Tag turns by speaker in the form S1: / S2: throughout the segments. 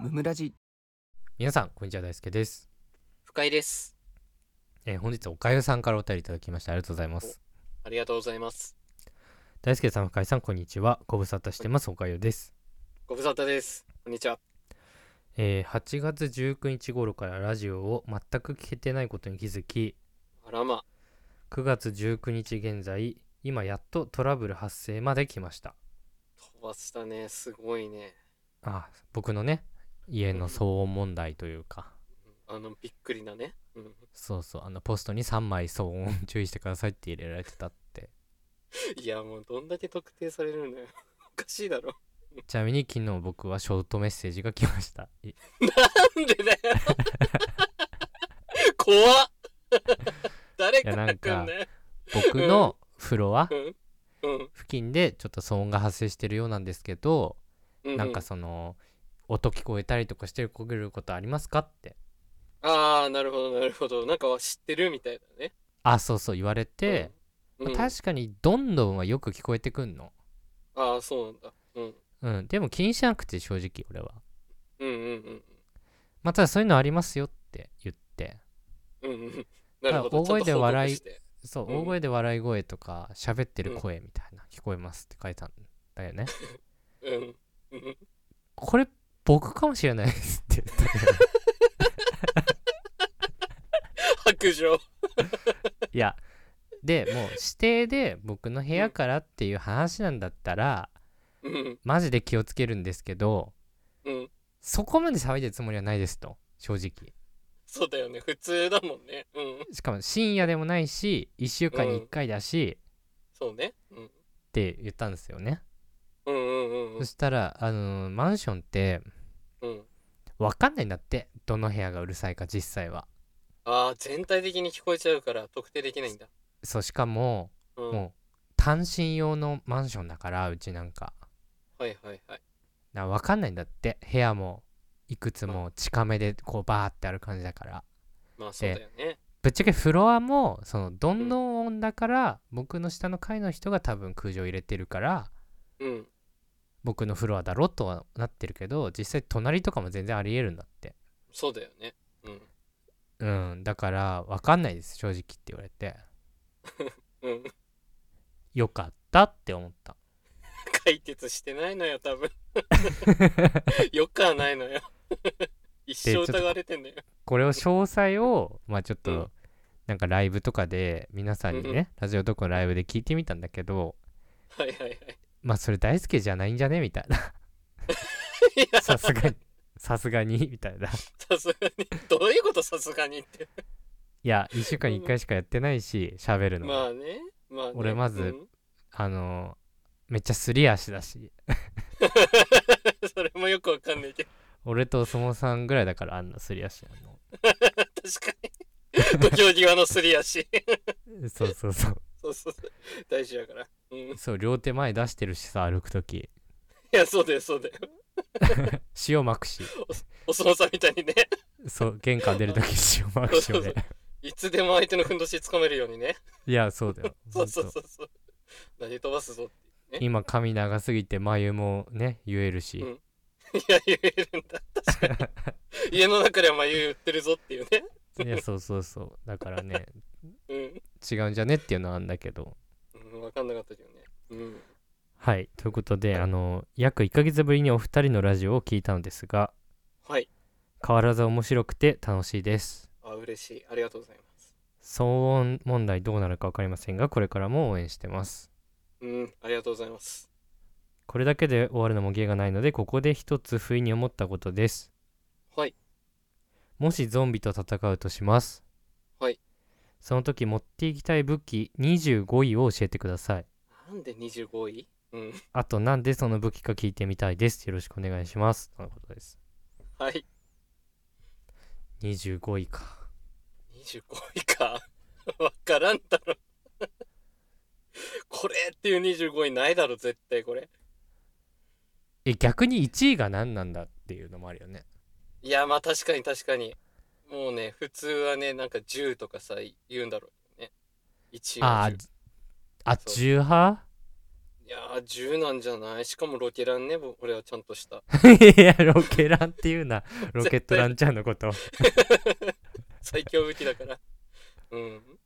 S1: ムムラジ
S2: 皆さんこんにちは大輔です、
S3: 深井です。
S2: えー本日おかゆさんからお便りいただきましてありがとうございます
S3: ありがとうございます。
S2: 大輔さん深井さんこんにちはご無沙汰してますおかゆです、
S3: ご無沙汰です。こんにちは。
S2: えー8月19日頃からラジオを全く聞けてないことに気づき
S3: あらま、
S2: 9月19日現在今やっとトラブル発生まで来ました
S3: 飛ばしたね。すごいね。
S2: あ僕のね家の騒音問題というか
S3: あの、びっくりなね。うん、
S2: そうそうあのポストに3枚騒音注意してくださいって入れられてたって
S3: いや、もうどんだけ特定されるんだよ。 おかしいだろ。
S2: ちなみに昨日僕はショートメッセージが来ましたい
S3: なんでだよ。 怖っ。誰
S2: いやな
S3: か
S2: ん
S3: く
S2: か
S3: んね。
S2: 僕のフロア
S3: うんうん
S2: 付近でちょっと騒音が発生してるようなんですけど、
S3: うん。
S2: なんかその音聞こえたりとかしてることありますかって
S3: ああ、なるほど、なるほど。なんか知ってるみたいだね。
S2: あそうそう言われて、
S3: うん、うん
S2: まあ確かにどんどんはよく聞こえてくんの、
S3: ああ、そうなんだ。うん。
S2: うん、でも気にしなくて正直俺は
S3: うんうん
S2: まあただそういうのありますよって言って
S3: うん。うんうん。なるほど。
S2: 大声で笑い
S3: ちゃんと報告して
S2: そう
S3: うん
S2: 大声で笑い声とか喋ってる声みたいな聞こえますって書いたんだよね
S3: うん。うん
S2: これ僕かもしれないですって言ったけど
S3: 白状。
S2: いやでもう指定で僕の部屋からっていう話なんだったら、
S3: うん
S2: マジで気をつけるんですけど
S3: うん。
S2: そこまで騒いでるつもりはないですと正直
S3: そうだよね普通だもんねうん
S2: しかも深夜でもないし1週間に
S3: う
S2: 1
S3: ん
S2: 回だし、
S3: そうね、うん、
S2: って言ったんですよね、
S3: うんうんうん
S2: そしたらあのーマンションって
S3: うんうん
S2: 分かんないんだってどの部屋がうるさいか実際は
S3: ああ全体的に聞こえちゃうから特定できないんだ
S2: そうしかも、
S3: うんはい
S2: もう単身用のマンションだからうちなんか
S3: はいはい
S2: な分かんないんだって部屋もいくつも近めでこうバーってある感じだから
S3: まあそうだよね
S2: ぶっちゃけフロアもそのどんどん音だから僕の下の階の人が多分空調入れてるから
S3: うん
S2: 僕のフロアだろとはなってるけど実際隣とかも全然ありえるんだって
S3: そうだよねうん
S2: うんだから分かんないです正直って言われて
S3: うん、
S2: よかったって思った
S3: 解決してないのよ多分 よくはないのよ 一
S2: でち
S3: 生
S2: ょっと
S3: 疑われてんだよ
S2: これを詳細をまあちょっと、
S3: うん
S2: なんかライブとかで皆さんにね、
S3: うんうん
S2: ラジオとかのライブで聞いてみたんだけど
S3: はいはいはい
S2: まあそれ大好きじゃないんじゃねみた いな
S3: いや
S2: さ
S3: さ
S2: すがにさすがにみたいない
S3: すがにどういうことさすがに って
S2: や1週間に1回しかやってないし喋るのも、
S3: まあねまあね
S2: 俺まず
S3: うん
S2: あのめっちゃすり足だし
S3: それもよくわかんないけど
S2: 俺とお相撲さんぐらいだからあんなすり足なの
S3: 確かに土俵際のすり足
S2: そうそうそう
S3: そうそうそう大事やから。うん。い
S2: そう両手前出してるしさ歩く時
S3: や、そうだよ、そうだよ。
S2: 塩まくし
S3: お相撲さんみたいにね、
S2: そう玄関出る 時塩まくしをね
S3: そういつでも相手のふんどし掴めるようにね。
S2: いやそうだよ
S3: そうそう
S2: ほんと
S3: そうそう。投げ飛ばすぞって。
S2: 今髪長すぎて眉もね言えるし、
S3: うんいや、言えるんだ。確かに。家の中ではまあ言ってるぞっていうね。
S2: いやそうそうそうだからね
S3: うん
S2: 違うんじゃねっていうのはあんだけど
S3: うん。わかんなかったけどね。うん。
S2: はいということであの約1ヶ月ぶりにお二人のラジオを聞いたのですが
S3: はい。
S2: 変わらず面白くて楽しいです
S3: あ、嬉しい。ありがとうございます。
S2: 騒音問題どうなるか分かりませんがこれからも応援してます
S3: うん。ありがとうございます。
S2: これだけで終わるのも芸がないのでここで一つ不意に思ったことです
S3: はい。
S2: もしゾンビと戦うとします
S3: はい
S2: その時持っていきたい武器25位を教えてください
S3: なんで25位うん。
S2: あとなんでその武器か聞いてみたいですよろしくお願いしますとのことです
S3: はい。
S2: 25位か
S3: 25位か。 わからんだろ。これっていう25位ないだろ、絶対これ。
S2: え逆に1位が何なんだっていうのもあるよね
S3: いや、まあ確かに確かに。もうね、普通はね、なんか10とかさ、言うんだろうね。1位は
S2: あ
S3: 10
S2: ああ
S3: そう
S2: 10派
S3: いやー10なんじゃないしかもロケランねぼ俺はちゃんとした
S2: いやロケランっていうなロケットランチャーのこと
S3: 最強武器だから うん、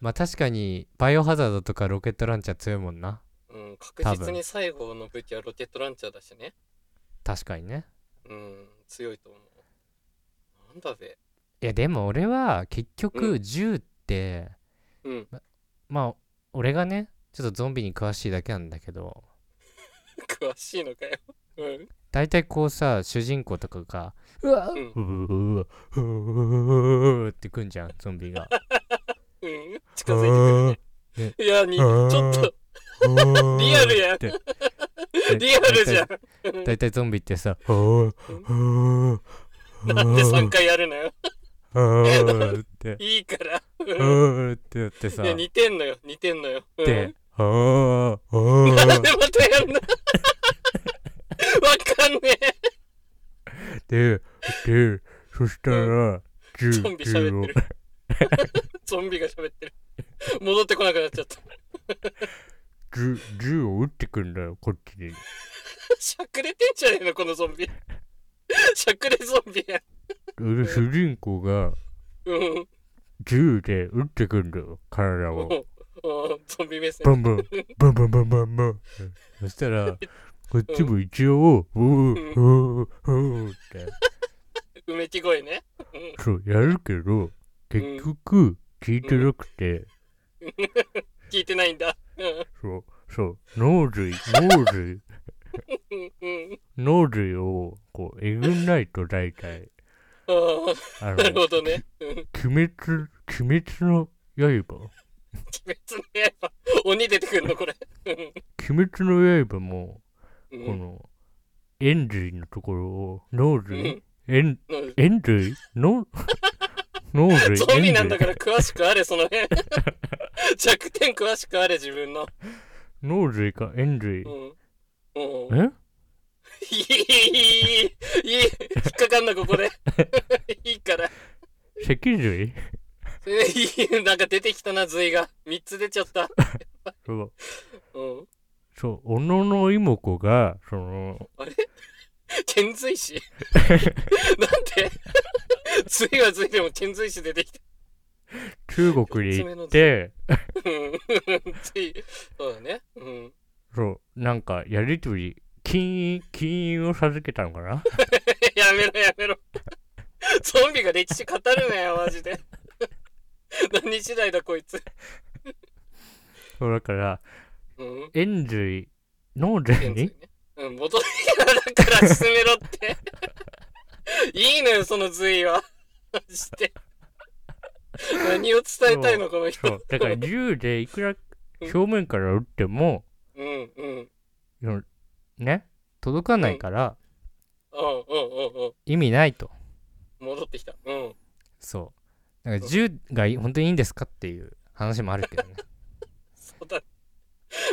S2: まあ確かにバイオハザードとかロケットランチャー強いもんな
S3: うん、確
S2: 多
S3: 実
S2: 分
S3: に最後の武器はロケットランチャーだしね
S2: 確かにね
S3: うん強いと思うなんだべ
S2: いやでも俺は結
S3: う
S2: 局銃って、
S3: うん
S2: まあ俺がねちょっとゾンビに詳しいだけなんだけど
S3: 詳しいのかようん
S2: 大体こうさ主人公とかが「うわ
S3: う
S2: うんうわうううってくんじゃんゾンビ が。
S3: うん近づいてくるねいやにちょっとリ アルやん
S2: って
S3: リアルじゃん
S2: 大体ゾンビってさ「おうおう
S3: なんで3回やるのよ
S2: おうって
S3: いいから
S2: 「おうってやってさ
S3: いや似てんのよ似てんのよ、うん
S2: で「おうおう
S3: なんでまたやるのわかんねえ
S2: ででそしたら銃
S3: ゾンビ喋ってる
S2: 銃を
S3: ゾンビが喋ってる戻ってこなくなっちゃった
S2: 銃銃を撃ってくんだよこっちに。
S3: しゃくれてんじゃねえのこのゾンビしゃくれゾンビや
S2: で主人公が
S3: うん
S2: 銃で撃ってくんだよ体を。
S3: うんゾンビ目線
S2: バンバン、バンバンバンバンバン。そしたら、こっちも一応、おうおうおうって、
S3: うめき声ね
S2: そう、やるけど、結局、聞いてなくて、
S3: 聞いてないんだうん
S2: そう、そう、脳髄、脳髄、
S3: うんうん
S2: 脳髄を、こう、えぐんないと大体、
S3: あー
S2: あの、
S3: なる
S2: 鬼
S3: ほどねうん
S2: 滅、鬼滅の刃
S3: 鬼滅の刃鬼出てくるのこれ
S2: 鬼滅の刃も、
S3: う
S2: こ
S3: ん
S2: の、円髄のところを、脳髄、円、
S3: うん
S2: 円髄の脳髄
S3: ゾンビなんだから詳しくあれその辺 弱点詳しくあれ自分の
S2: 脳髄か円髄
S3: う、んうん
S2: え
S3: いい、いい、いい、引っかかんな、ここで。 いいから。
S2: 脊髄
S3: えいいなんか出てきたな、髄が。3つ出ちゃった。
S2: そう
S3: うん。
S2: そう小野の妹子がその
S3: 遣髄師 なんで 髄は髄でも遣髄師出てきた。
S2: 中国に行って
S3: うん。 髄、そうだね。うん。
S2: そうなんかやりとり金印金印を授けたのかな
S3: やめろ、やめろ。ゾンビが歴史語るなよ、マジで。何時代だ、こいつ。
S2: そうだから
S3: うん。
S2: 円髄脳髄
S3: 現在
S2: に
S3: ねうん、戻りだから進めろって。いいのよ、その随意は。して。何を伝えたいの、この
S2: そ
S3: 人。
S2: うだから銃でいくら正面から撃っても
S3: うん、うん、うん、うん、
S2: そのね届かないから
S3: うん、うん。
S2: 意味ないと
S3: 戻ってきた。うん。
S2: そうなんか銃がい本当にいいんですかっていう話もあるけどね
S3: そうだ。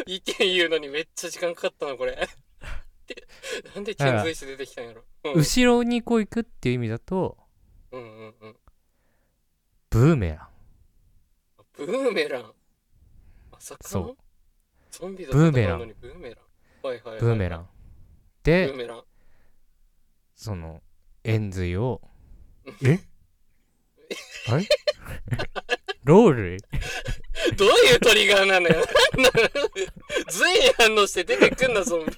S3: 意見言うのにめっちゃ時間かかったな、これ。でなんで遣隋使出てきたんやろ。 うん、
S2: 後ろにこう行くっていう意味だと
S3: うん、うん、うん。
S2: ブーメラン
S3: ブーメラン。まさか
S2: そう
S3: のゾンビだ
S2: ブーメラン
S3: 戦うのにブーメラン。はいはいはいはい。
S2: ブーメラン。
S3: ブ
S2: で
S3: ー、メラン。
S2: その、円髄を
S3: うん。
S2: えあれロール
S3: どういうトリガーなのよ。 ずい反応して出てくんな、ゾンビ。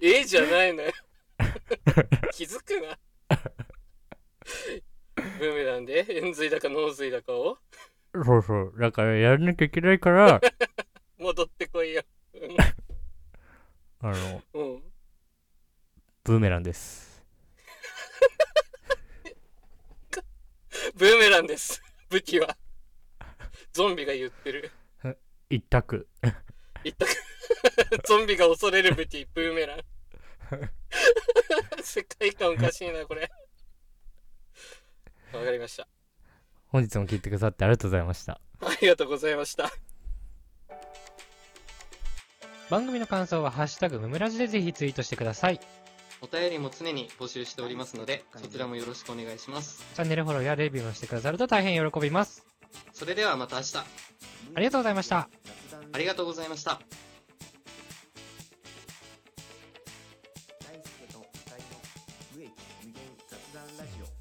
S3: ええじゃないのよ。 気づくな。ブーメランで円髄だか脳髄だかを
S2: そうそう。だからやらなきゃいけないから、
S3: 戻ってこいよ。
S2: あの、
S3: うん。うん
S2: ブーメランです。
S3: ブーメランです。武器は。ゾンビが言ってる。
S2: 一択。
S3: 言ったか ゾンビが恐れる武器、ブーメラン。 世界観おかしいな、これ。わかりました。
S2: 本日も聞いてくださってありがとうございました。
S3: ありがとうございました。
S2: 番組の感想は、ハッシュタグムムラジでぜひツイートしてください。チ
S1: お便りも常に募集しておりますので、そちらもよろしくお願いします。
S2: ャンネルフォローやレビューもしてくださると大変喜びます。
S1: それではまた明日。
S2: ありがとうございました。
S4: 雑談
S5: ありがとうございました。
S1: 大輔と二人の無益無限雑談ラジオ